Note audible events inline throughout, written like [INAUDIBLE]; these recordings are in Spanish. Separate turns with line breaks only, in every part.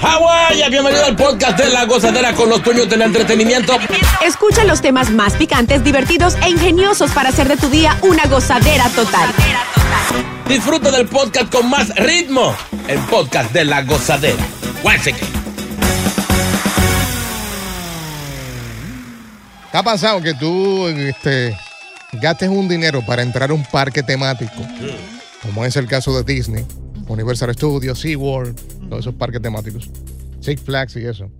Hawái, bienvenido al podcast de La Gozadera con los tuños del entretenimiento.
Escucha los temas más picantes, divertidos e ingeniosos para hacer de tu día una gozadera total.
Disfruta del podcast con más ritmo. El podcast de La Gozadera. Guáchate.
¿Te ha pasado que tú este, gastes un dinero para entrar a un parque temático? Como es el caso de Disney, Universal Studios, SeaWorld, todos esos parques temáticos. Six Flags y eso.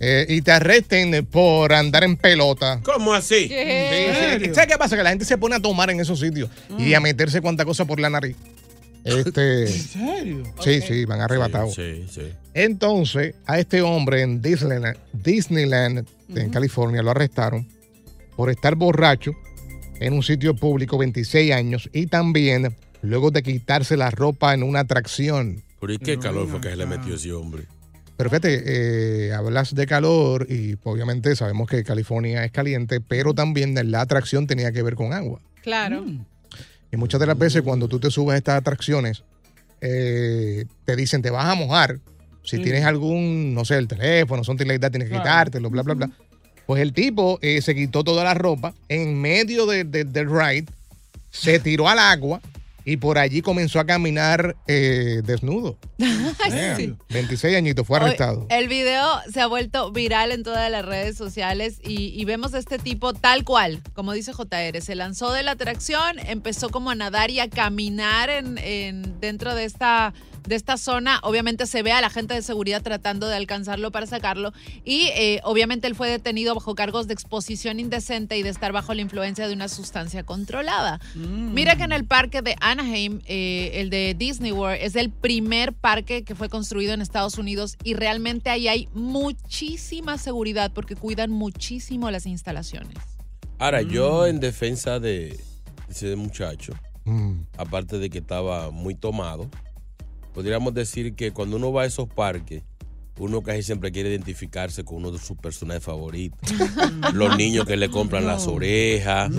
Eh, y te arresten por andar en pelota.
¿Cómo
Sí,
así?
sí. ¿Sabes qué pasa? Que la gente se pone a tomar en esos sitios y a meterse cuanta cosa por la nariz. Este,
[LAUGHS]
¿En serio? Sí, sí, van arrebatados.
Sí, sí.
Entonces, a este hombre en Disneyland, Disneyland, en California, lo arrestaron por estar borracho en un sitio público 26 años y también luego de quitarse la ropa en una atracción.
Pero ¿y qué calor fue que se le metió ese hombre?
Pero fíjate, eh, hablas de calor y obviamente sabemos que California es caliente, pero también la atracción tenía que ver con agua.
Claro.
Y muchas de las veces cuando tú te subes a estas atracciones, eh, te dicen, te vas a mojar. Si tienes algún, no sé, el teléfono, son idea tienes que quitártelo, bla, bla, bla. Pues el tipo eh, se quitó toda la ropa en medio de- de- del ride,
[LAUGHS]
se tiró al agua y por allí comenzó a caminar eh, desnudo.
[LAUGHS] Ay, sí.
26 añitos, fue arrestado.
Hoy, el video se ha vuelto viral en todas las redes sociales y, y vemos a este tipo tal cual, como dice JR, se lanzó de la atracción, empezó como a nadar y a caminar en, en- dentro de esta, de esta zona. Obviamente se ve a la gente de seguridad tratando de alcanzarlo para sacarlo y eh, obviamente él fue detenido bajo cargos de exposición indecente y de estar bajo la influencia de una sustancia controlada.
Mm.
Mira que en el parque de Anaheim, eh, el de Disney World, es el primer parque que fue construido en Estados Unidos y realmente ahí hay muchísima seguridad porque cuidan muchísimo las instalaciones.
Ahora, yo en defensa de ese muchacho,
Mm.
aparte de que estaba muy tomado, podríamos decir que cuando uno va a esos parques, uno casi siempre quiere identificarse con uno de sus
[LAUGHS]
personajes favoritos. Los niños que le compran las orejas,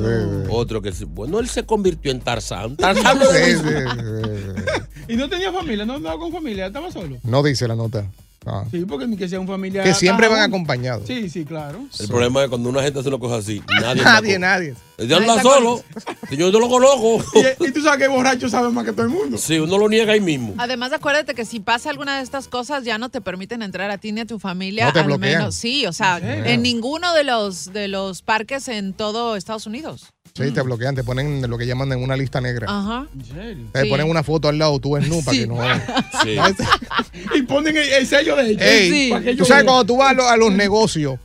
otro que... se- Bueno, él se convirtió en Tarzán. Tarzán lo
Sí,
de-
sí, sí, sí.
[LAUGHS] Y no tenía familia, no andaba con familia, estaba solo.
No dice la nota. Ah.
Sí, porque ni que sea un familiar.
Que siempre van
Ajá.
acompañados.
Sí, sí, claro.
El problema es cuando una gente hace una cosa
[LAUGHS]
así, nadie...
Nadie,
lo-
nadie.
Ella anda solo. Yo no lo conozco.
[LAUGHS] Y, y tú sabes que borracho sabe más que todo el mundo.
Sí, uno lo niega ahí mismo.
Además, acuérdate que si pasa alguna de estas cosas, ya no te permiten entrar a ti ni a tu familia.
No te
al
bloquean.
menos. Sí, o sea, en ninguno de los, de los parques en todo Estados Unidos.
Sí, te bloquean, te ponen lo que llaman en una lista negra.
Mm. Ajá.
En serio.
Te
sí.
ponen una foto al lado, tú desnudo, para
Sí.
[LAUGHS]
que no...
Sí.
Y ponen el, el sello de ellos.
Ey,
Sí.
Para que
Tú
ellos
sabes
vean.
cuando tú vas a lo- a los, negocios,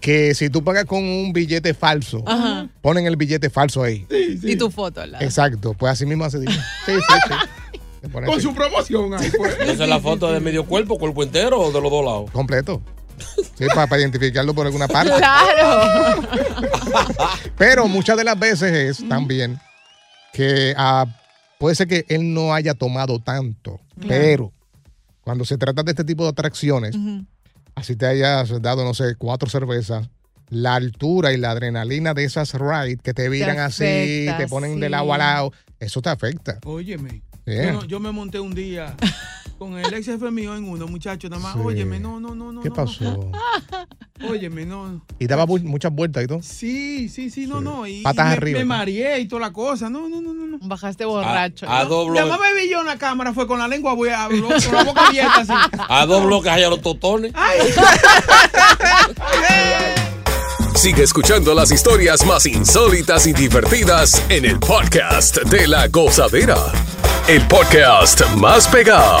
que si tú pagas con un billete falso,
Ajá.
ponen el billete falso ahí.
Sí, sí.
Y tu foto al lado.
Exacto, pues así mismo hace
[LAUGHS]
dinero. Sí, sí, sí. Te ponen
Con
así,
su promoción ahí, pues.
Entonces la foto de medio cuerpo, cuerpo entero o de los dos lados.
Completo. Sí, para, para identificarlo por alguna parte.
Claro.
Pero muchas de las veces es también que ah, puede ser que él no haya tomado tanto,
Claro.
pero cuando se trata de este tipo de atracciones,
Ujú.
así te hayas dado, no sé, cuatro cervezas, la altura y la adrenalina de esas rides que te viran así,
afecta,
te ponen
sí.
de lado a lado, eso te afecta.
Óyeme.
Yeah.
Yo, no- yo me monté un día con el ex jefe mío en uno, muchacho, nada más.
Sí.
Óyeme, no, no, no, no.
¿Qué
no, [LAUGHS]
pasó?
no. Óyeme, no.
Y daba bu- muchas vueltas y todo.
Sí, sí, sí, no, no. Y,
Patas
y me,
arriba,
me
¿no?
mareé y toda la cosa. No, no, no, no. no.
Bajaste
borracho, A- a ¿no? doblo-
Nada más me vi yo en la cámara, fue con la lengua, voy a, habló- con la boca abierta así.
A dos bloques allá los totones.
Sigue escuchando las historias más insólitas y divertidas en el podcast de la gozadera. El podcast más pegado.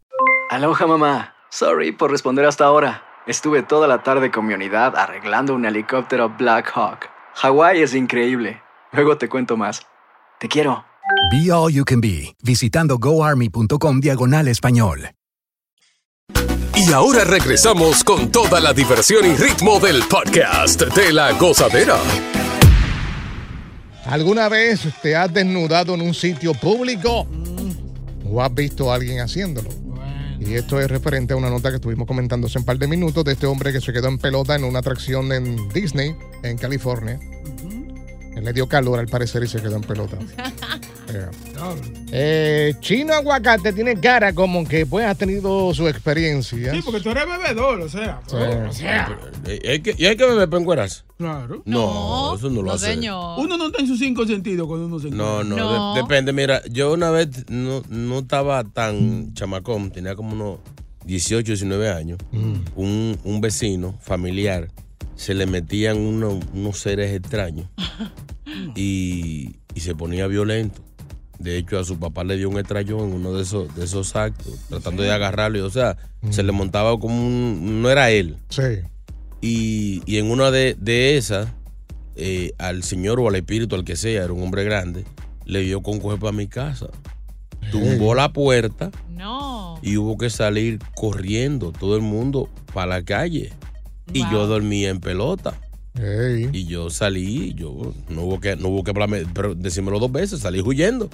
Aloha mamá. Sorry por responder hasta ahora. Estuve toda la tarde con mi unidad arreglando un helicóptero Black Hawk. Hawái es increíble. Luego te cuento más. Te quiero.
[LAUGHS] Be All You Can Be, visitando goarmy.com diagonal español.
Y ahora regresamos con toda la diversión y ritmo del podcast de la gozadera.
¿Alguna vez te has desnudado en un sitio público? ¿O has visto a alguien haciéndolo? Y esto es referente a una nota que estuvimos comentando hace un par de minutos de este hombre que se quedó en pelota en una atracción en Disney, en California. Él le dio calor al parecer y se quedó en
[LAUGHS]
pelota. Yeah. Eh, Chino Aguacate tiene cara como que pues has tenido su experiencia.
Sí, porque tú eres bebedor, o sea.
Sí.
O sea.
Eh, ¿Y hay que, y hay que beber para encuerarse?
Claro.
No, eso no lo hace.
Uno no está en sus cinco sentidos cuando uno se
No, no,
No.
de- depende. Mira, yo una vez no, no estaba tan chamacón, tenía como unos 18, 19 años. Un, un vecino familiar se le metían uno- unos seres [LAUGHS] extraños y, y se ponía violento. De hecho, a su papá le dio un estrellón en uno de esos, de esos actos, tratando de agarrarlo. y, O sea, se le montaba como un. No era él.
Sí.
Y, y en una de, de esas, eh, al señor o al espíritu, al que sea, era un hombre grande, le dio con coger para mi casa. Tumbó la puerta
No.
y hubo que salir corriendo todo el mundo para la calle. Y yo dormía en pelota. Y yo salí, yo no hubo que, no hubo que hablarme, pero decímelo dos veces, salí huyendo.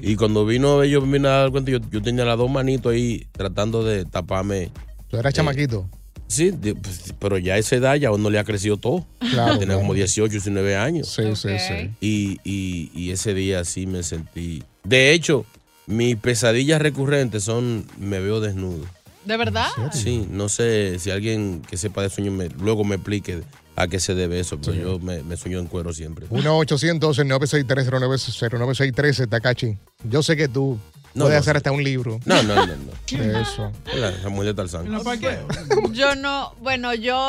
Y cuando vino, yo me vine a dar cuenta, yo, yo tenía las dos manitos ahí tratando de taparme.
Tú
Eh.
eras chamaquito.
Sí, de- pues, pero ya a esa edad ya uno le ha crecido todo.
Claro,
Tenía
claro.
como 18, 19 años.
Sí, sí, sí.
Y, y- y ese día sí me sentí. De hecho, mis pesadillas recurrentes son me veo desnudo.
¿De verdad?
Sí, no sé si alguien que sepa de sueño me- luego me explique a qué se debe eso, pero yo me, me sueño en cuero siempre.
1-800-963-0963, Takachi. Yo sé que tú puedes
No, no,
hacer
sí.
hasta un libro.
No, no, no,
De eso.
La, la mujer de Tarzán.
[LAUGHS] Yo no, bueno, yo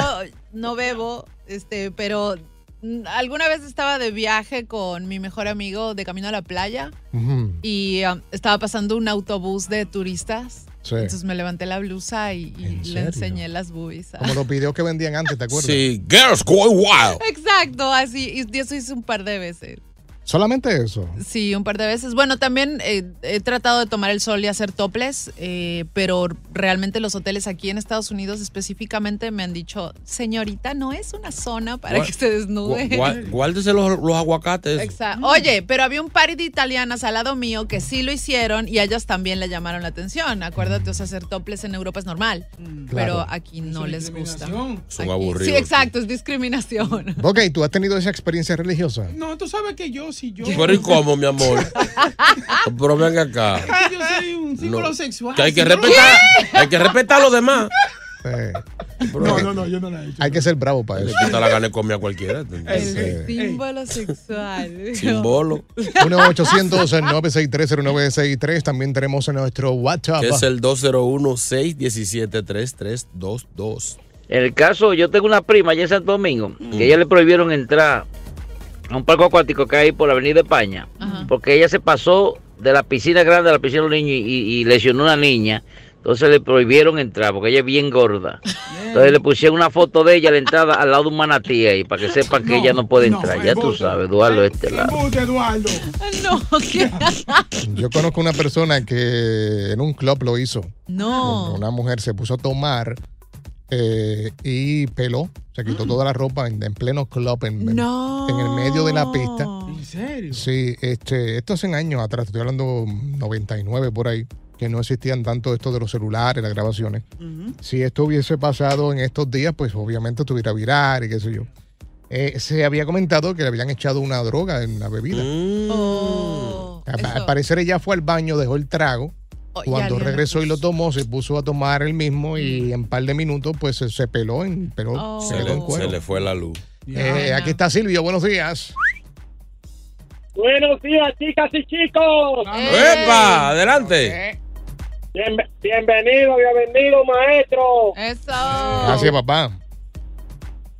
no bebo, este, pero mm, alguna vez estaba de viaje con mi mejor amigo de camino a la playa y um, estaba pasando un autobús de turistas.
Sí.
Entonces me levanté la blusa y, y
¿En
le
serio?
enseñé las boobies.
[LAUGHS] Como los videos que vendían antes, ¿te acuerdas?
Sí, Girls Go Wild.
[LAUGHS] Exacto, así. Y eso hice un par de veces.
Solamente eso.
Sí, un par de veces. Bueno, también eh, he tratado de tomar el sol y hacer toples, eh, pero realmente los hoteles aquí en Estados Unidos específicamente me han dicho, señorita, no es una zona para
Gua-
que se desnude. [LAUGHS]
gua- gua- Guárdese los, los aguacates.
Exacto. Oye, pero había un par de italianas al lado mío que sí lo hicieron y a ellas también le llamaron la atención. Acuérdate, o sea, hacer toples en Europa es normal, pero
Claro.
aquí no les gusta.
Son
Sí, exacto, es
[LAUGHS]
discriminación.
Ok, ¿tú has tenido esa experiencia religiosa?
No, tú sabes que yo, si yo.
Pero ¿y cómo, mi amor? Pero ven acá.
Es [LAUGHS] que yo soy un símbolo
No.
sexual.
Que hay que
si no lo-
respetar, hay que respetar a los demás.
No, no, no, yo no la he hecho.
Hay que ser bravo para
eso. Le quita la gana de comer a cualquiera.
El símbolo sexual.
Simbolo.
1-800-963-0963. También Ah, tenemos en nuestro WhatsApp.
Que es el 201-617-3322.
El caso, yo tengo una prima allá en Santo Domingo,
Mm.
que ella le prohibieron entrar a un parque acuático que hay por la Avenida España, porque ella se pasó de la piscina grande a la piscina de los niños y, y- y lesionó a una niña. Entonces le prohibieron entrar, porque ella es bien gorda. Entonces le pusieron una foto de ella a la entrada al lado de un manatí ahí, para que sepan que
No,
ella no puede
no,
entrar. Ya tú sabes, Eduardo, de este lado.
Embuste, Eduardo.
No, ¿qué?
Yo conozco una persona que en un club lo hizo.
Oh.
No.
Una mujer se puso a tomar eh, y peló, se
Mm.
quitó toda la ropa en, en pleno club, en, en- en el medio de la pista.
¿En serio?
Sí, este, esto hace años atrás, estoy hablando 99 por ahí, que no existían tanto esto de los celulares, las grabaciones. Si esto hubiese pasado en estos días, pues obviamente estuviera viral y qué sé yo. Eh, se había comentado que le habían echado una droga en la bebida. Al- Al parecer ella fue al baño, dejó el trago.
Oh, ya Mm.
Cuando
Diana
regresó y lo tomó, se puso a tomar el mismo y en un par de minutos pues se, se peló, en, peló
Oh.
se
Se
quedó en
le,
cuero.
se le fue la luz.
Eh, aquí está Silvio, buenos días.
[LAUGHS] Buenos días, chicas y chicos.
Eh. ¡Epa! ¡Adelante!
Bien- bienvenido, bienvenido, maestro.
Eso.
Gracias, papá.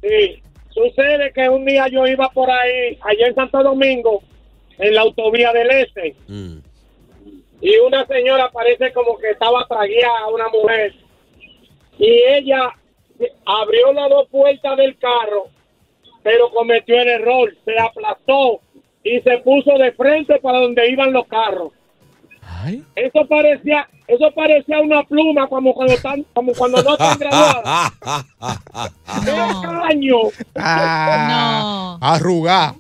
Sí. Sucede que un día yo iba por ahí, allá en Santo Domingo, en la autovía del Este, y una señora parece como que estaba tragueada a una mujer, y ella abrió las dos puertas del carro, pero cometió el error, se aplastó y se puso de frente para donde iban los carros. Eso parecía, eso parecía una pluma como cuando están, como cuando no
[LAUGHS]
están graduados.
Ah,
¡Caño!
Ah, Arrugá.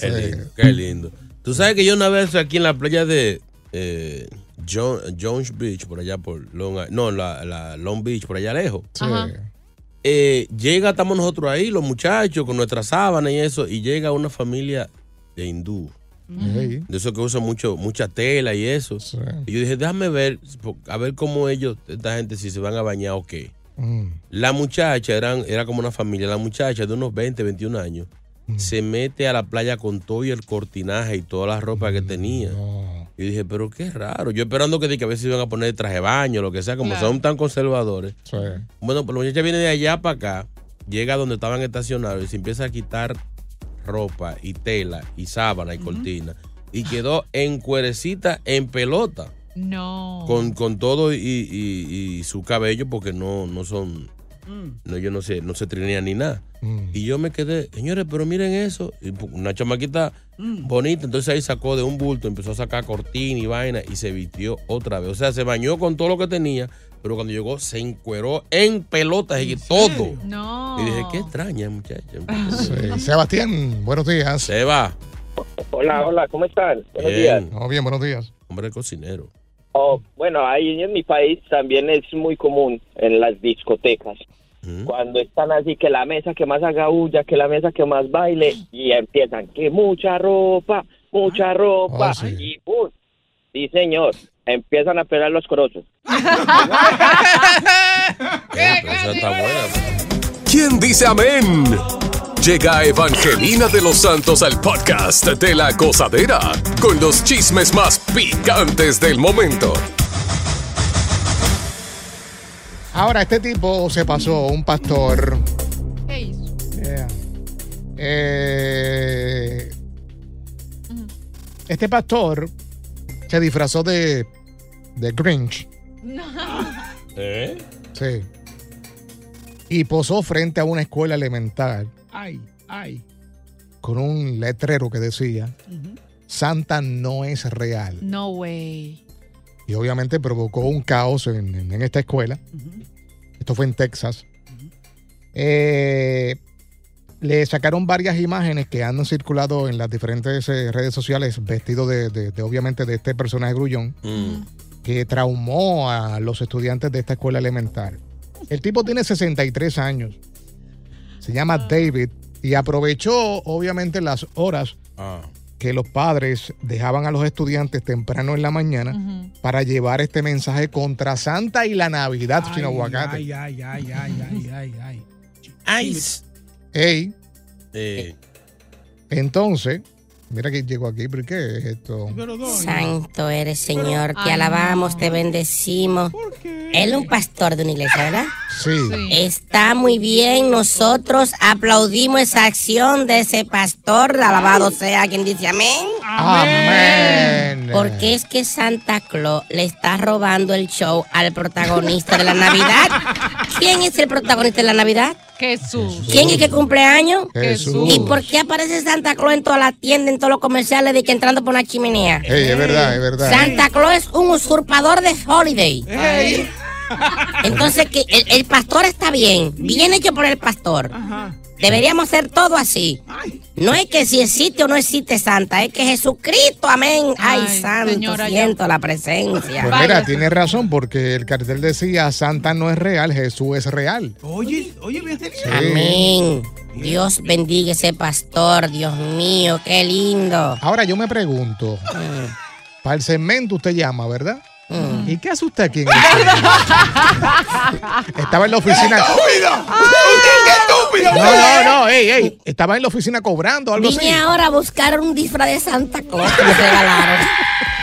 Qué lindo, qué lindo. Tú sabes que yo una vez aquí en la playa de eh, Jo- Jones Beach, por allá por Long Island- no, la, la Long Beach, por allá lejos. Eh, llega, estamos nosotros ahí, los muchachos, con nuestra sábana y eso, y llega una familia de hindú. De esos que usan mucho, mucha tela y eso. Y yo dije, déjame ver, po- a ver cómo ellos, esta gente, si se van a bañar o qué. La muchacha, eran, era como una familia, la muchacha de unos 20, 21 años, se mete a la playa con todo y el cortinaje y toda la ropa que tenía. Y dije, pero qué raro. Yo esperando que, di que a veces iban a poner traje de baño, lo que sea, como
Claro.
son tan conservadores. Bueno, pues la muchacha viene de allá para acá, llega donde estaban estacionados y se empieza a quitar ropa y tela y sábana y cortina. Y quedó en cuerecita, en pelota,
No.
con, con todo y, y- y su cabello, porque no, no son, no, yo no sé, no se trinean ni nada. Y yo me quedé, señores, pero miren eso. Y pu- una chamaquita bonita, entonces ahí sacó de un bulto, empezó a sacar cortina y vaina y se vistió otra vez. O sea, se bañó con todo lo que tenía, pero cuando llegó se encueró en pelotas y todo.
No.
Y dije, qué
[LAUGHS]
extraña, muchacha.
Sí. Sebastián, buenos días.
Seba.
Hola, hola, ¿cómo están? Buenos días.
No, bien, buenos días.
Hombre cocinero.
Oh, bueno, ahí en mi país también es muy común en las discotecas. Cuando están así, que la mesa que más haga bulla, que la mesa que más baile, y empiezan, que mucha ropa, mucha ropa, y ¡pum! Sí, señor, empiezan a pelar los corozos.
¿Quién dice amén? Llega Evangelina de los Santos al podcast de la gozadera con los chismes más picantes del momento.
Ahora, este tipo se pasó, un pastor.
[LAUGHS] ¿Qué hizo?
Yeah. Eh, este pastor se disfrazó de, de Grinch.
¿Eh?
Sí. Y posó frente a una escuela elemental
Ay, ay.
con un letrero que decía, Santa no es real.
No way.
y obviamente provocó un caos en, en- en esta escuela. Esto fue en Texas. Eh, le sacaron varias imágenes que han circulado en las diferentes eh, redes sociales vestido de, de- de, obviamente de este personaje grullón
Mm.
que traumó a los estudiantes de esta escuela elemental. El tipo tiene 63 años. Se llama
Ah.
David y aprovechó obviamente las horas que los padres dejaban a los estudiantes temprano en la mañana para llevar este mensaje contra Santa y la Navidad sin aguacate.
Ay, ay, ay, ay, ay, ay, ay.
Ice.
Ey,
Eh,
entonces Mira que llegó aquí, ¿por qué es esto?
Santo eres, Señor. Te alabamos, te bendecimos. Él es un pastor de una iglesia, ¿verdad?
Sí.
Está muy bien. Nosotros aplaudimos esa acción de ese pastor. Alabado sea quien dice amén.
Amén.
Porque es que Santa Claus le está robando el show al protagonista de la Navidad. ¿Quién es el protagonista de la Navidad?
Jesús.
¿Quién es que cumple años?
Jesús.
¿Y por qué aparece Santa Claus en todas las tiendas, en todos los comerciales de que entrando por una chimenea?
Ey, es verdad, es verdad.
Santa Claus es un usurpador de Holiday. [LAUGHS] Entonces, que el, el pastor está bien, bien hecho por el pastor. Deberíamos ser todo así. No es que si existe o no existe Santa, es que Jesucristo, amén. Ay, santo, siento la presencia.
Pues mira, tienes razón, porque el cartel decía Santa no es real, Jesús es real. Eh,
Oye, oye, Amén. Dios bendiga ese pastor, Dios mío, qué lindo.
Ahora yo me pregunto,
Mm.
para el segmento usted llama, ¿verdad? ¿Y qué hace usted aquí? en el
[LAUGHS]
segmento? Estaba en la oficina.
¡Estúpido!
No, no, no, ey, ey. Estaba en la oficina cobrando algo así.
Vine ahora a buscar un disfraz de Santa Claus que
[LAUGHS]
me regalaron.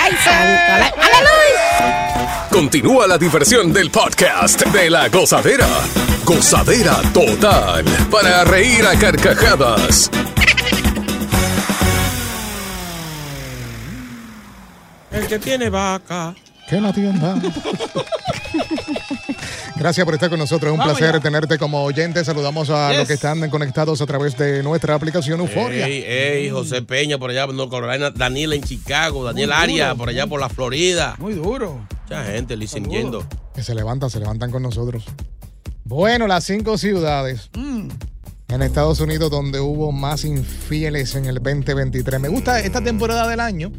¡Ay, santo! ale- ¡Aleluya!
Continúa la diversión del podcast de la gozadera. Gozadera total. Para reír a carcajadas.
El que tiene vaca.
¿Qué la tienda? Gracias por estar con nosotros. Es un
Vamos
placer
ya.
tenerte como oyente. Saludamos a los
Yes.
que están conectados a través de nuestra aplicación Euforia.
Ey, ey, José Peña por allá por North Carolina, Daniel en Chicago, Daniel
Mm. Muy duro.
Arias por allá por la Florida. Muy duro. Mucha gente licenciando.
Que se levantan, se levantan con nosotros. Bueno, las cinco ciudades en Estados Unidos donde hubo más infieles en el 2023. Me gusta esta temporada del año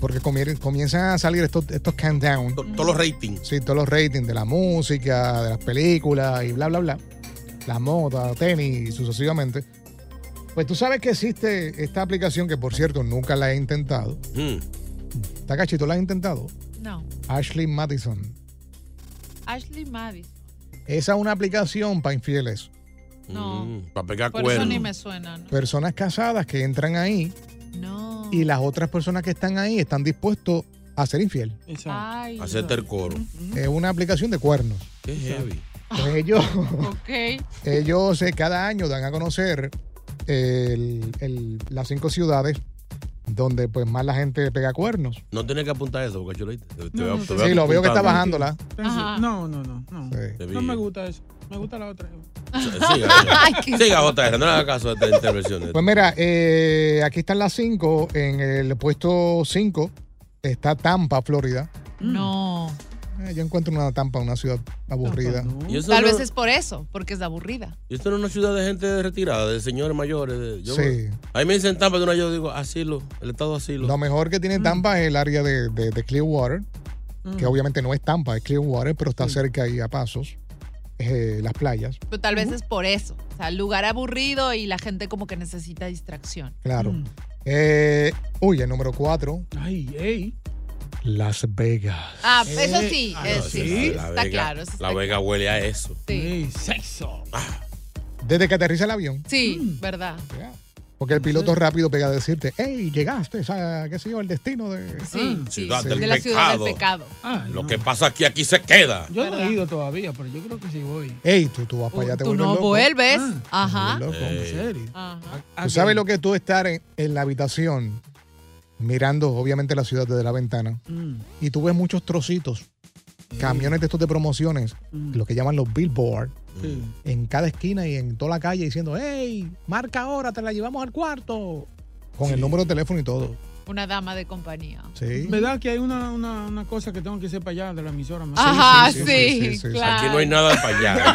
porque comie- comienzan a salir estos, estos countdown.
Todos los ratings.
Sí, todos los ratings de la música, de las películas y bla, bla, bla. La moda, tenis y sucesivamente. Pues tú sabes que existe esta aplicación que, por cierto, nunca la he intentado.
Mm.
Takashi, ¿tú la has intentado?
No.
Ashley Madison.
Ashley Mavis.
Esa es una aplicación para infieles.
No.
Para Mm, pegar
Por eso
cuerno.
ni me suena, ¿no?
Personas casadas que entran ahí y las otras personas que están ahí están dispuestos a ser infiel.
Ay,
Hacerte el coro.
Es una aplicación de cuernos.
Qué heavy.
Pues ellos,
Ah, ok.
[LAUGHS] ellos eh, cada año dan a conocer el- el- las cinco ciudades donde pues más la gente pega cuernos.
No tienes que apuntar eso, porque yo lo te, te veo- te
Sí, lo veo que está
apuntando.
bajándola.
Tranquilo. No, no, no. No,
Te vi.
no me gusta eso. Me gusta la otra.
[LAUGHS]
Siga, siga. Siga, JR, no le hagas caso a esta intervención.
Pues mira, eh, aquí están las cinco. En el puesto cinco está Tampa, Florida.
No.
Eh, yo encuentro una Tampa, una ciudad aburrida.
Y eso
Tal
no-
vez es por eso, porque es aburrida.
Y esto no es una ciudad de gente retirada, de señores mayores. de- yo-
Sí.
Ahí me dicen Tampa de una, yo digo asilo, el estado de asilo.
Lo mejor que
Mm.
tiene Tampa es el área de, de- de Clearwater, que obviamente no es Tampa, es Clearwater, pero está cerca ahí a pasos, eh, las playas.
Pero tal vez es por eso. O sea, lugar aburrido y la gente como que necesita distracción.
Claro. Eh, uy, el número cuatro,
Mm. Ay, ey.
Las Vegas.
Ah,
Eh,
eso sí,
ah,
eh,
no,
sí,
sí,
sí,
La
está
Vega-
claro. eso
La
está
Vega huele a eso.
Sí.
Sexo.
Desde que aterriza el avión,
Sí, verdad.
porque el piloto rápido pega a decirte, hey, llegaste a, qué sé yo, el destino de... ah.
Sí, sí,
Ciudad
sí.
del
de la ciudad del
pecado. Ah.
pecado.
Lo que pasa aquí, aquí se queda.
Yo no he ido todavía, pero yo creo que sí voy.
Ey, tú, tú vas para allá, te
Tú
vuelves
no
loco. Ah,
vuelves. Ajá.
vuelves loco.
¿En serio?
Tú sabes lo que es tú estar en, en la habitación, mirando obviamente la ciudad desde la ventana,
Mm.
y tú ves muchos trocitos, camiones de estos de promociones,
Mm.
lo que llaman los billboard, en cada esquina y en toda la calle diciendo, hey, marca ahora, te la llevamos al cuarto. Con el número de teléfono y todo.
Una dama de compañía.
Sí.
¿Verdad que hay una, una, una cosa que tengo que hacer para allá de la emisora? más?
Ajá, Sí, sí, sí, sí, sí, sí, sí. claro.
Aquí no hay nada
[LAUGHS]
para allá.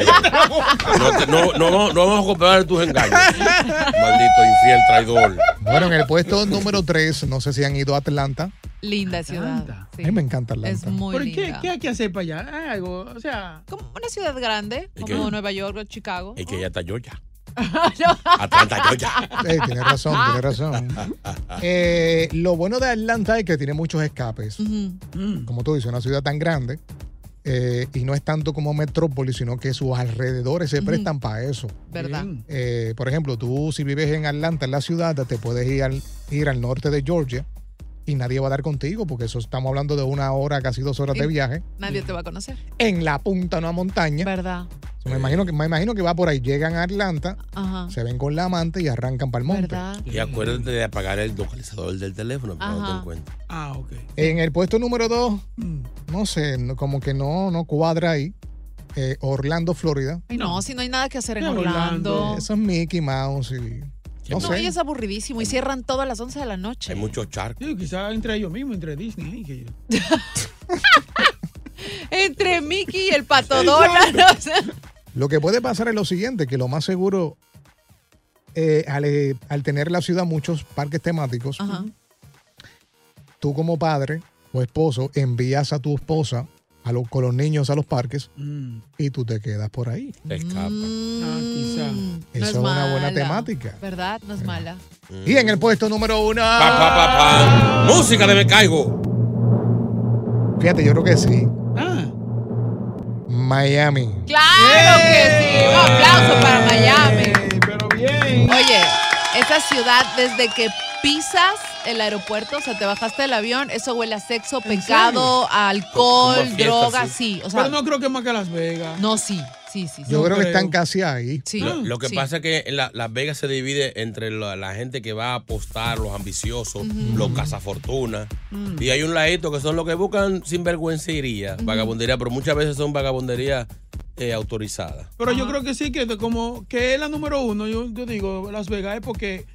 No, te- no, no, vamos- no vamos a comprar tus
[LAUGHS]
engaños. Maldito infiel traidor.
Bueno, en el puesto número 3, no sé si han ido a Atlanta.
Linda ciudad.
A mí me encanta Atlanta.
Es muy
¿Por qué?
linda.
¿Qué hay que hacer para allá? Hay Algo, o sea.
Como una ciudad grande,
¿Y
como
qué?
Nueva York o
[LAUGHS]
Chicago.
Es que ya está yo ya.
[LAUGHS]
Atlanta yo ya.
Eh, tienes razón,
[LAUGHS]
tienes razón. Eh, Mm. lo bueno de Atlanta es que tiene muchos escapes. Como tú dices, una ciudad tan grande. eh, y no es tanto como metrópoli, sino que sus alrededores se prestan para eso.
¿Verdad?
Eh, por ejemplo, tú si vives en Atlanta, en la ciudad, te puedes ir al, ir al norte de Georgia y nadie va a dar contigo, porque eso estamos hablando de una hora, casi dos horas de
Y
viaje,
Nadie te va a conocer.
en la punta de una montaña.
¿Verdad?
Me imagino, que, me imagino que va por ahí, llegan a Atlanta,
Ajá.
se ven con la amante y arrancan para el monte.
Y acuérdate de apagar el localizador del teléfono para no
Ajá.
te encuentres.
Ah, ok.
En el puesto número 2, no sé, no- como que no, no cuadra ahí. Eh, Orlando, Florida.
Ay, no, si no hay nada que hacer en
En
Orlando.
Eso es Mickey Mouse y. No
No,
sé.
y es aburridísimo. Y cierran todo a las 11 de la noche.
muchos charcos.
Sí, quizás entre ellos mismos, entre Disney. ay, que yo-
Entre Mickey y el pato Donald. o sea.
Lo que puede pasar es lo siguiente: que lo más seguro, eh, al, eh, al tener la ciudad muchos parques temáticos, tú como padre o esposo envías a tu esposa a los, con los niños a los parques y tú te quedas por ahí.
Te escapa.
Ah,
quizás.
Esa es, una buena temática.
¿Verdad? No es mala.
Y en el puesto número uno.
Pa, pa, pa, pa. Música de Me Caigo.
Fíjate, yo creo que sí.
Ah.
Miami.
¡Claro
Eh.
que sí! Un aplauso para Miami. Pero bien. Oye, esa ciudad, desde que pisas el aeropuerto, o sea, te bajaste del avión, eso huele a sexo, pecado, a alcohol,
Como a fiesta,
droga,
sí.
sí. O sea,
Pero no creo que más que Las Vegas.
No, sí, sí, sí.
Yo creo que están casi ahí.
Lo, lo que pasa es que en la- Las Vegas se divide entre la, la gente que va a apostar, los ambiciosos, los cazafortunas.
Mm.
Y hay un ladito que son los que buscan sinvergüencería, vagabundería, pero muchas veces son vagabundería eh, autorizada.
Pero yo creo que sí, que de- como que es la número uno, yo, yo digo Las Vegas es porque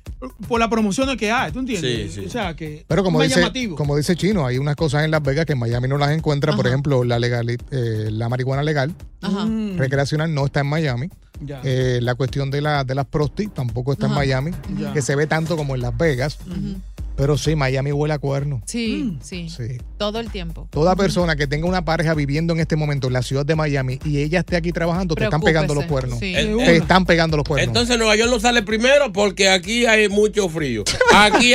por la promoción que hay, ¿tú entiendes?
Sí, sí.
O sea, que
Pero como
más
dice,
llamativo.
como dice Chino, hay unas cosas en Las Vegas que en Miami no las encuentra. Por ejemplo, la, legal, eh, la marihuana legal,
Ajá.
recreacional, no está en Miami.
Ya.
Mm. Eh, la cuestión de, la, de las prostis tampoco está
Ajá.
en Miami,
Ya.
que se ve tanto como en Las Vegas.
Ujú.
Pero sí, Miami huele a cuerno.
Sí, sí, Todo el tiempo.
Toda persona que tenga una pareja viviendo en este momento en la ciudad de Miami y ella esté aquí trabajando, te están pegando los cuernos.
Preocúpese,
Eh,
sí.
Te están pegando los cuernos.
Entonces Nueva York no sale primero porque aquí hay mucho frío. Aquí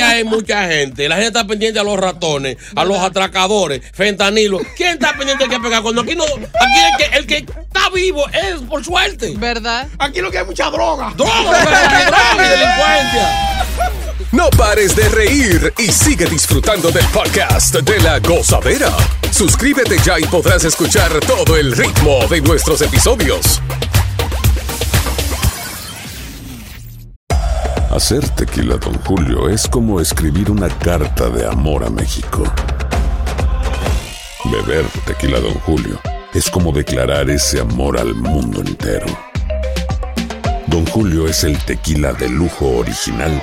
[LAUGHS]
hay mucha gente. La gente está pendiente a los ratones, a los atracadores, fentanilo. ¿Quién está pendiente de que pegar cuando aquí no? Aquí el que, el que está vivo es por suerte.
¿Verdad?
Aquí lo que hay mucha droga.
Droga, droga y
[LAUGHS]
delincuencia.
No pares de reír y sigue disfrutando del podcast de la gozadera. Suscríbete ya y podrás escuchar todo el ritmo de nuestros episodios.
Hacer tequila, Don Julio, es como escribir una carta de amor a México. Beber tequila, Don Julio, es como declarar ese amor al mundo entero. Don Julio es el tequila de lujo original,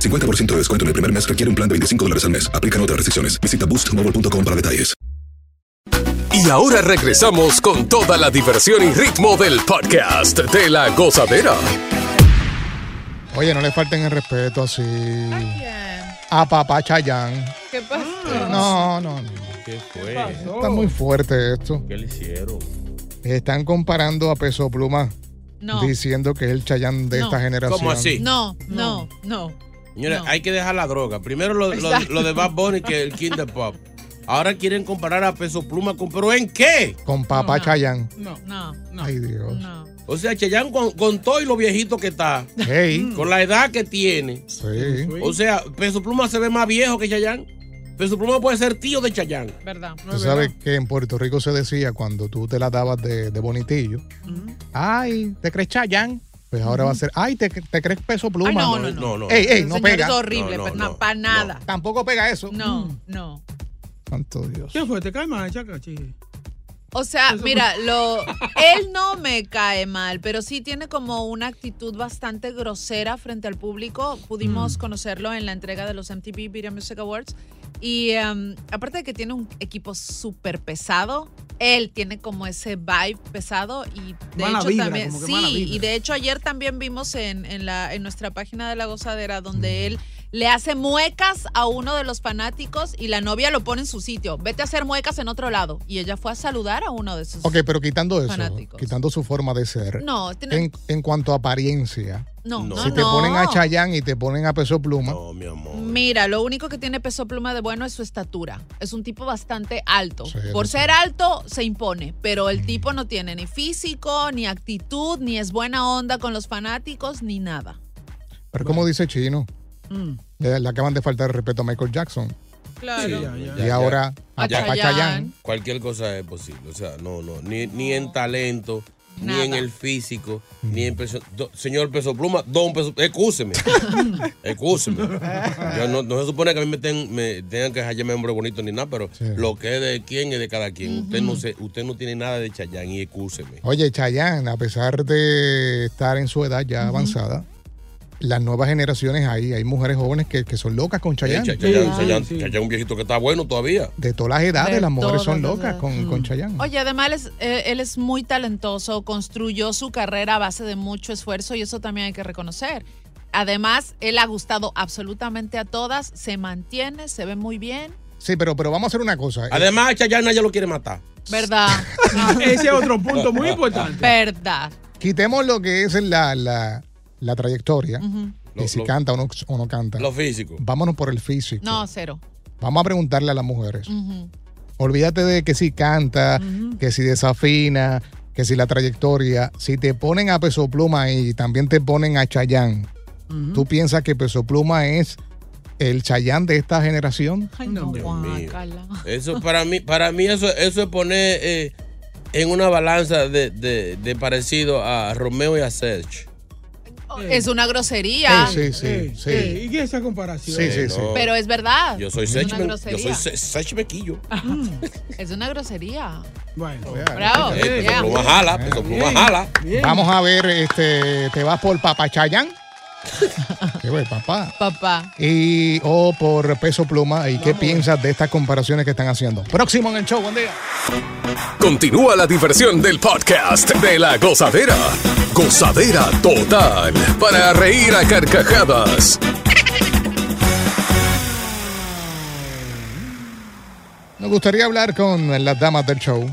50% de descuento en el primer mes requiere un plan de 25 dólares al mes. Aplican otras restricciones. Visita boostmobile.com para detalles.
Y ahora regresamos con toda la diversión y ritmo del podcast de la gozadera.
Oye, no le falten el respeto así. A papá Chayán.
¿Qué pasó?
No, no, no.
¿Qué fue?
Está muy fuerte esto.
¿Qué le hicieron?
Están comparando a Peso Pluma
No.
diciendo que es el Chayán de
No.
esta generación.
¿Cómo así?
No, no, no.
Señores, hay que dejar la droga. Primero lo, lo-
Exacto.
lo de Bad Bunny que el King de Pop. Ahora quieren comparar a Peso Pluma con... ¿Pero en qué?
Con papá Chayán.
No,
no, no.
Ay, Dios.
O sea, Cheyenne con, con todo y lo viejito que está.
Mm.
Hey.
Con la edad que tiene.
Sí.
O sea, Peso Pluma se ve más viejo que Cheyenne. Peso Pluma puede ser tío de Cheyenne.
¿Verdad?
Tú sabes que en Puerto Rico se decía cuando tú te la dabas de, de bonitillo,
Mm.
ay, ¿te crees Chayán? Pues ahora va a ser, ay, ¿te, te crees peso pluma?
Ay, no, no, no.
Ey, ey, no
Señor,
pega.
Es horrible, pero na- pa' nada.
Tampoco pega eso. Mm.
No, no.
Santo Dios.
¿Qué fue? ¿Te cae más, Chacachi?
O sea, mira, [LAUGHS] lo, él no me cae mal, pero sí tiene como una actitud bastante grosera frente al público. Pudimos
Mm.
conocerlo en la entrega de los MTV Video Music Awards. Y em, aparte de que tiene un equipo súper pesado, él tiene como ese vibe pesado y de
Mala
hecho
vibra,
también
como que
sí
mala vibra.
y de hecho ayer también vimos en, en la en nuestra página de la gozadera donde
Mm.
él le hace muecas a uno de los fanáticos y la novia lo pone en su sitio vete a hacer muecas en otro lado y ella fue a saludar a uno de sus
Ok, pero quitando eso,
Fanáticos.
quitando su forma de ser.
No, tiene-
en, en cuanto a apariencia.
no no,
si te
no.
ponen a Chayanne y te ponen a Peso Pluma.
Mira, lo único que tiene peso pluma de bueno es su estatura. Es un tipo bastante alto.
Sí,
Por
sí. Mm.
ser alto se impone, pero el tipo no tiene ni físico, ni actitud, ni es buena onda con los fanáticos, ni nada.
Pero como dice Chino,
Mm.
le, le acaban de faltar el respeto a Michael Jackson.
Claro.
Y ahora a
Ya,
Papá
ya.
Chayanne.
Cualquier cosa es posible. O sea, no, no. Ni, ni en talento, ni
Nada.
en el físico, ni en peso. do- señor Peso Pluma, don Peso. Excúseme. Excúseme. Yo no, no se supone que a mí me, ten- me tengan que hallarme hombre bonito ni nada, pero lo que es de quién es de cada quien. Usted no se, usted no tiene nada de Chayán y excúseme.
Oye, Chayanne, a pesar de estar en su edad ya avanzada, las nuevas generaciones hay, hay mujeres jóvenes que, que son locas con
Ey,
Chayanne.
Chay- Chayán, Chayán, Chayán es un viejito que está bueno todavía.
De todas las edades,
De
las mujeres son
todas las
locas con, con Chayanne.
Oye, además él es, eh, él es muy talentoso, construyó su carrera a base de mucho esfuerzo y eso también hay que reconocer. Además, él ha gustado absolutamente a todas, se mantiene, se ve muy bien,
Sí, pero, pero vamos a hacer una cosa. eh.
Además, Chayán ya lo quiere matar.
[LAUGHS]
¿verdad?
Ese es otro punto muy
importante.
¿Verdad?
Quitemos lo que es la, la, la trayectoria,
Ujú.
de
Lo-
si
lo-
canta o no, o no canta.
Lo físico.
Vámonos por el físico.
No, cero.
Vamos a preguntarle a las mujeres.
Ujú.
Olvídate de que si canta, que si desafina, que si la trayectoria. Si te ponen a Peso Pluma y también te ponen a Chayán, ¿tú piensas que Peso Pluma es el Chayán de esta generación?
Ay, no,
Eso para mí, para mí eso, eso es poner eh, en una balanza de, de- de parecido a Romeo y a Serge.
Es una grosería.
Sí, sí, sí. sí.
Eh, ¿Y qué es esa comparación?
Sí, eh, sí, sí.
Pero es verdad.
Yo soy
Es
Serge,
una
Men- yo
grosería.
soy Se- Serge Mequillo.
Es una grosería.
Bueno.
Bravo.
Eh, peso
Yeah.
pluma jala, peso pluma
Bien.
jala.
Vamos a ver, este, te vas por Papá Chayán. [LAUGHS] Qué buen papá.
Papá.
Y o por Peso Pluma. ¿Y qué piensas de estas comparaciones que están haciendo? Próximo en el show, buen día.
Continúa la diversión del podcast de la gozadera. Gozadera total para reír a carcajadas.
Nos gustaría hablar con las damas del show.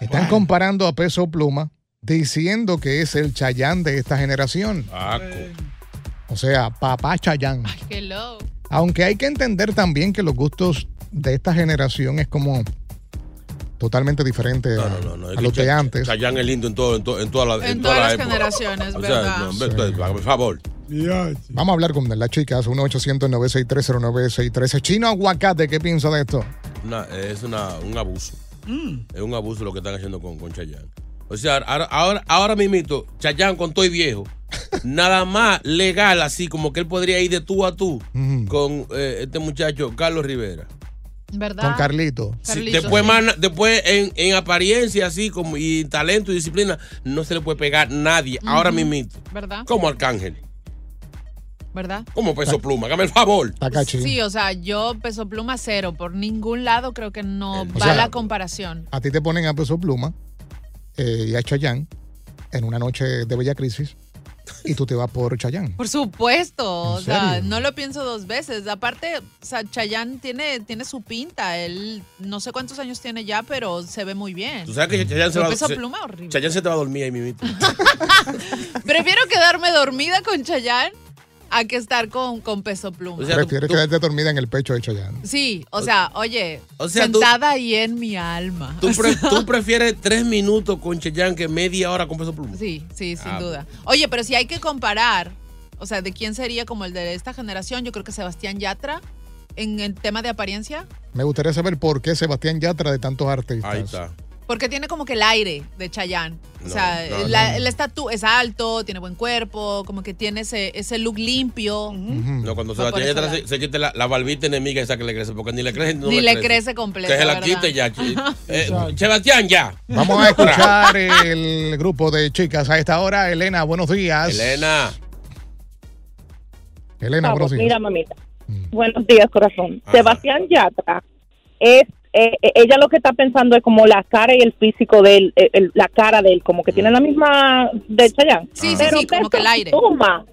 Están comparando a Peso Pluma diciendo que es el Chayán de esta generación. O sea, papá Chayán.
Hello.
Aunque hay que entender también que los gustos de esta generación es como totalmente diferente a, a los de antes.
Chayán es lindo en, todo, en, to- en toda la, en
En
toda
todas las
la época.
generaciones,
O sea,
¿verdad?
no, hombre, entonces, por favor.
Vamos a hablar con las chicas, 1-800-963-0963. Chino Aguacate, ¿qué piensa de esto?
Una- es una- un abuso.
Mm.
Es un abuso lo que están haciendo con, con Chayanne. O sea, ahora, ahora, ahora mismito, Chayanne con
[LAUGHS]
Toy Viejo, nada más legal, así como que él podría ir de tú a tú con eh, este muchacho, Carlos Rivera.
¿Verdad?
Con Carlito.
Sí, después más na- después en, en apariencia, así como y talento y disciplina, no se le puede pegar nadie. Ahora mismito.
¿Verdad?
Como Arcángel,
¿Verdad?
como Peso Pluma, hágame el favor.
Sí, o sea, yo peso pluma cero. Por ningún lado creo que no va
sea-
la comparación.
A ti te ponen a Peso Pluma eh, y a Chayanne en una noche de Bella Crisis y tú te vas por
[LAUGHS]
Chayanne.
Por supuesto, o
¿En
sea,
serio?
no lo pienso dos veces. Aparte, o sea, Chayanne tiene, tiene su pinta. Él no sé cuántos años tiene ya, pero se ve muy bien.
Tú sabes que Chayanne se
Pero
va
Peso
se-
pluma horrible.
Chayanne se te va a dormir ahí mismito.
Prefiero quedarme dormida con Chayanne a que estar con, con peso pluma.
Prefieres quedarte dormida en el pecho de Chayanne.
sí, o sea, oye,
o sea, tú-
sentada ahí en mi alma.
¿Tú,
[LAUGHS]
pre- tú prefieres tres minutos con Cheyenne que media hora con peso pluma?
Sí, sí, sin
Ah,
duda. Oye, pero si hay que comparar, o sea, de quién sería como el de esta generación, yo creo que Sebastián Yatra en el tema de apariencia.
Me gustaría saber por qué Sebastián Yatra de tantos artistas.
Ahí está.
Porque tiene como que el aire de Chayanne. o sea,
No, no,
la-
no.
el estatus es alto, tiene buen cuerpo, como que tiene ese, ese look limpio.
No, cuando se
No,
la
por
tiene
eso
detrás, se, se quita la, la barbita enemiga esa que le crece, porque ni le crece. No
Ni le crece completa,
Que se la
¿verdad?
quite
[LAUGHS]
ya. chi- eh, Sebastián, ya.
Vamos
[LAUGHS]
a escuchar el grupo de chicas a esta hora. Elena, buenos días.
Elena.
Elena, buenos días.
Mira, mamita. Buenos días, corazón. Sebastián Yatra es eh, eh, ella lo que está pensando es como la cara y el físico de él, eh, el- la cara de él, como que tiene la misma de Chayanne.
Sí, sí,
Pero
sí, como que el
Peso
aire.
Pluma,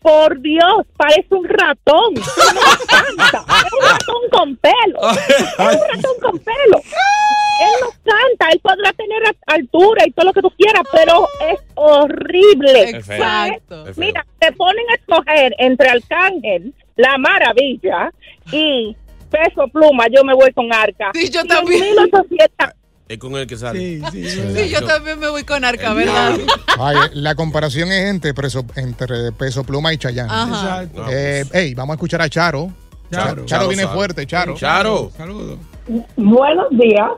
por Dios, parece un ratón. No me encanta. Es un ratón con pelo. Es un ratón con pelo. Él no canta, él podrá tener a- altura y todo lo que tú quieras, pero es horrible.
Es feo.
¿Sabes? Mira, te ponen a escoger entre Arcángel, La Maravilla y Peso Pluma, yo me voy con Arca.
Sí, yo
Y en
también.
1800
Es con el que sale.
Sí, yo también me voy con arca, ¿verdad?
Ay, la comparación es entre, preso- entre Peso Pluma y Chayanne.
Ajá.
Exacto. Eh, ey, vamos a escuchar a Charo. Charo, Charo
Charo
viene
sabe.
fuerte, Charo.
Charo.
Buenos días.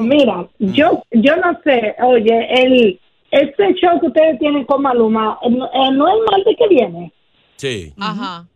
Mira, yo yo no sé, oye, el este show que ustedes tienen con Maluma, eh, no eh, no es el martes que viene.
Sí.
Ajá.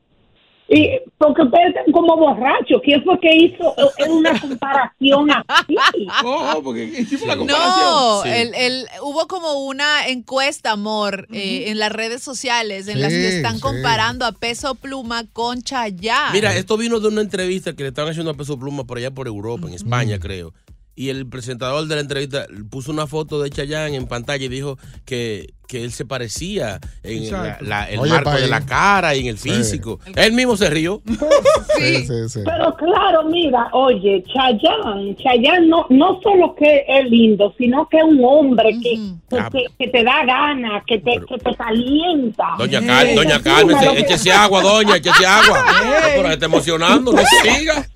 Y porque ustedes están como borrachos, ¿quién fue que hizo eh, una comparación así?
[LAUGHS] No, Oh, porque hicimos la comparación.
No,
Sí.
el, el- hubo como una encuesta, amor, eh, en las redes sociales en las que
Sí,
están
sí.
comparando a Peso Pluma con Chayanne.
Mira, esto vino de una entrevista que le estaban haciendo a Peso Pluma por allá por Europa, en España, creo. Y el presentador de la entrevista puso una foto de Chayanne en pantalla y dijo que, que él se parecía en la-
Exacto.
la- el
Oye,
marco
pa'
de
ahí.
la cara y en el físico. Él mismo se rió.
[LAUGHS]
Sí, sí, sí.
Pero claro, mira, oye, Chayanne, Chayanne no, no solo que es lindo, sino que es un hombre que, que,
Ah,
te- que te da ganas, que te, que te calienta.
Doña, Car- doña Carmen, se- échese agua, doña, échese agua. No, pero se está emocionando, no siga.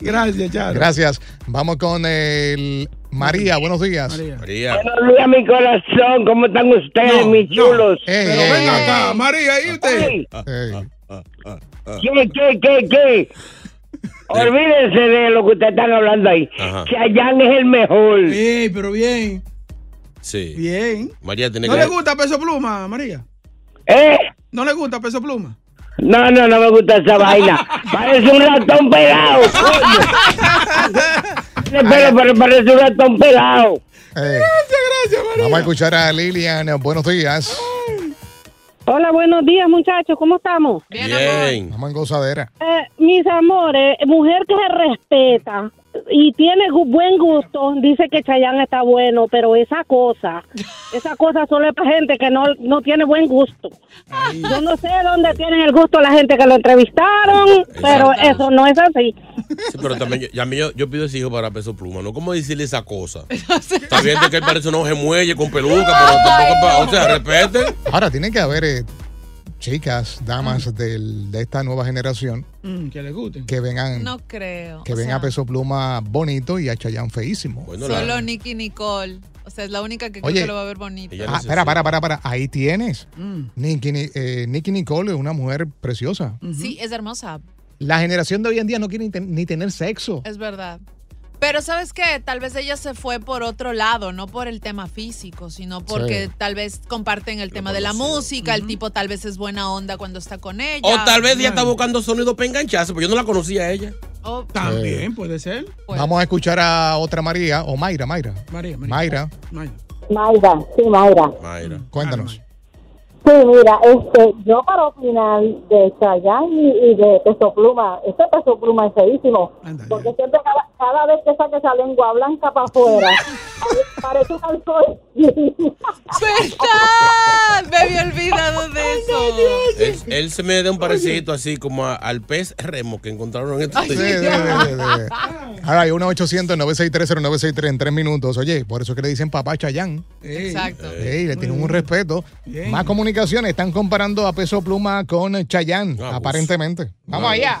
Gracias, Charo. Gracias. Vamos con el María, buenos días.
María.
Buenos días, mi corazón. ¿Cómo están ustedes, mis chulos?
Pero ey, ven acá,
María, ¿y usted? ¿Qué, qué, qué, qué? Olvídense de lo que ustedes están hablando ahí.
Ajá.
Chayanne es el mejor.
Sí, pero bien.
Sí.
Bien.
María tiene
¿No
que.
le gusta peso pluma, María?
¿Eh?
¿No le gusta peso pluma?
No, no, no me gusta esa
[LAUGHS]
vaina. Parece un ratón pelado, coño. Pero, pero parece un ratón pelado.
Gracias, gracias, María. Eh, Vamos a escuchar a Lilian. Buenos días.
Hola, buenos días, muchachos. ¿Cómo estamos?
Bien. Vamos en gozadera.
Eh, mis amores, mujer que se respeta y tiene gu- buen gusto, dice que Chayanne está bueno, pero esa cosa, esa cosa solo es para gente que no, no tiene buen gusto. Yo no sé dónde tienen el gusto la gente que lo entrevistaron, pero eso no es así.
Sí, pero también yo, también yo, yo pido ese hijo para peso pluma, ¿no? ¿Cómo decirle esa cosa? Está bien de que él parece un oje muelle con peluca, pero tampoco es pa- O sea, respete.
Ahora, tiene que haber eh, chicas,
Mm.
damas del- de esta nueva generación
Mm, que le guste.
que vengan,
No creo.
que
o
ven
sea,
a Peso Pluma bonito y a Chayanne feísimo.
Pues
Ah,
Solo Nicky Nicole. O sea, es la única que creo
Oye,
que lo va a ver bonito.
Ah, espera, para, para, para. Ahí tienes.
Mm.
Nicki, Ni- eh, Nicki Nicole es una mujer preciosa.
Sí, es hermosa.
La generación de hoy en día no quiere ni, ten- ni tener sexo.
Es verdad. Pero sabes qué, tal vez ella se fue por otro lado, no por el tema físico, sino porque
Sí.
tal vez comparten el tema de la
conocido.
música, el tipo tal vez es buena onda cuando está con ella.
O tal vez ella está buscando sonido para engancharse, porque yo no la conocía a ella.
O-
También puede ser.
Vamos a escuchar a otra María, o Mayra, Mayra.
María, María.
Mayra,
Mayra, sí, Mayra.
Mayra.
cuéntanos.
Sí, mira, este, yo para opinar de Chayanne y, y de Peso Pluma, este Peso Pluma es feísimo, porque siempre cada, cada vez que saca esa lengua blanca para afuera, parece un alcohol.
[LAUGHS] ¡Verdad! Me había olvidado de eso.
Él, él se me da un parecidito así como a- al pez remo que encontraron en este estos
Sí, sí, sí, sí, sí. Ahora hay 1-800-963-0963 en tres minutos. Oye, por eso es que le dicen papá Chayanne.
Exacto.
Ey, Mm. le tienen un respeto. Más comunicaciones. Están comparando a Peso Pluma con Chayanne, aparentemente. Vamos allá.